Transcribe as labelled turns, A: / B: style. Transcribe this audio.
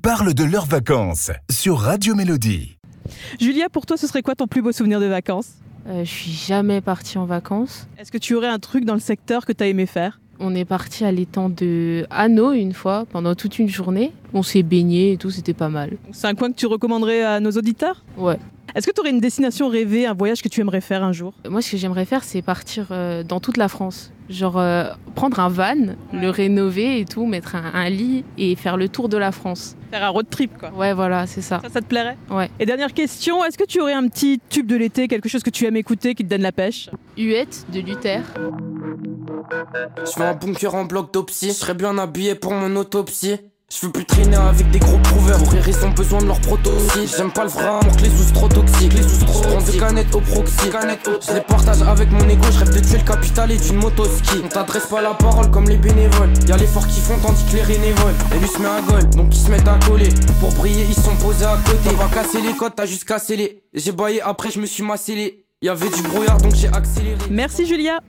A: parlent de leurs vacances sur Radio Mélodie.
B: Julia, pour toi, ce serait quoi ton plus beau souvenir de vacances
C: Euh, je suis jamais partie en vacances.
B: Est-ce que tu aurais un truc dans le secteur que tu as aimé faire
C: On est parti à l'étang de Hanau une fois, pendant toute une journée. On s'est baigné et tout, c'était pas mal.
B: C'est un coin que tu recommanderais à nos auditeurs
C: Ouais.
B: Est-ce que tu aurais une destination rêvée, un voyage que tu aimerais faire un jour
C: Moi, ce que j'aimerais faire, c'est partir euh, dans toute la France. Genre, euh, prendre un van, le rénover et tout, mettre un, un lit et faire le tour de la France.
B: Faire un road trip, quoi.
C: Ouais, voilà, c'est ça.
B: Ça, ça te plairait
C: Ouais.
B: Et dernière question, est-ce que tu aurais un petit tube de l'été, quelque chose que tu aimes écouter qui te donne la pêche
C: Huette de Luther.
D: Je vais en bunker en bloc d'opsie, je serais bien habillé pour mon autopsie. Je veux plus traîner avec des gros prouveurs, pour rire, ils ont besoin de leur protoxy. J'aime pas le vrai amour, que les sous trop toxiques, les sous trop prends des canettes au proxy. Canettes au- Je les partage avec mon ego, je rêve de tuer le capital et d'une moto ski. On t'adresse pas la parole comme les bénévoles, y'a les forts qui font tandis que les rénévoles. Et lui se met à goal, donc ils se mettent à coller. Pour briller, ils sont posés à côté. On va casser les codes, t'as juste cassé les. J'ai baillé, après je me suis massé les. Y'avait du brouillard donc j'ai accéléré.
B: Merci Julia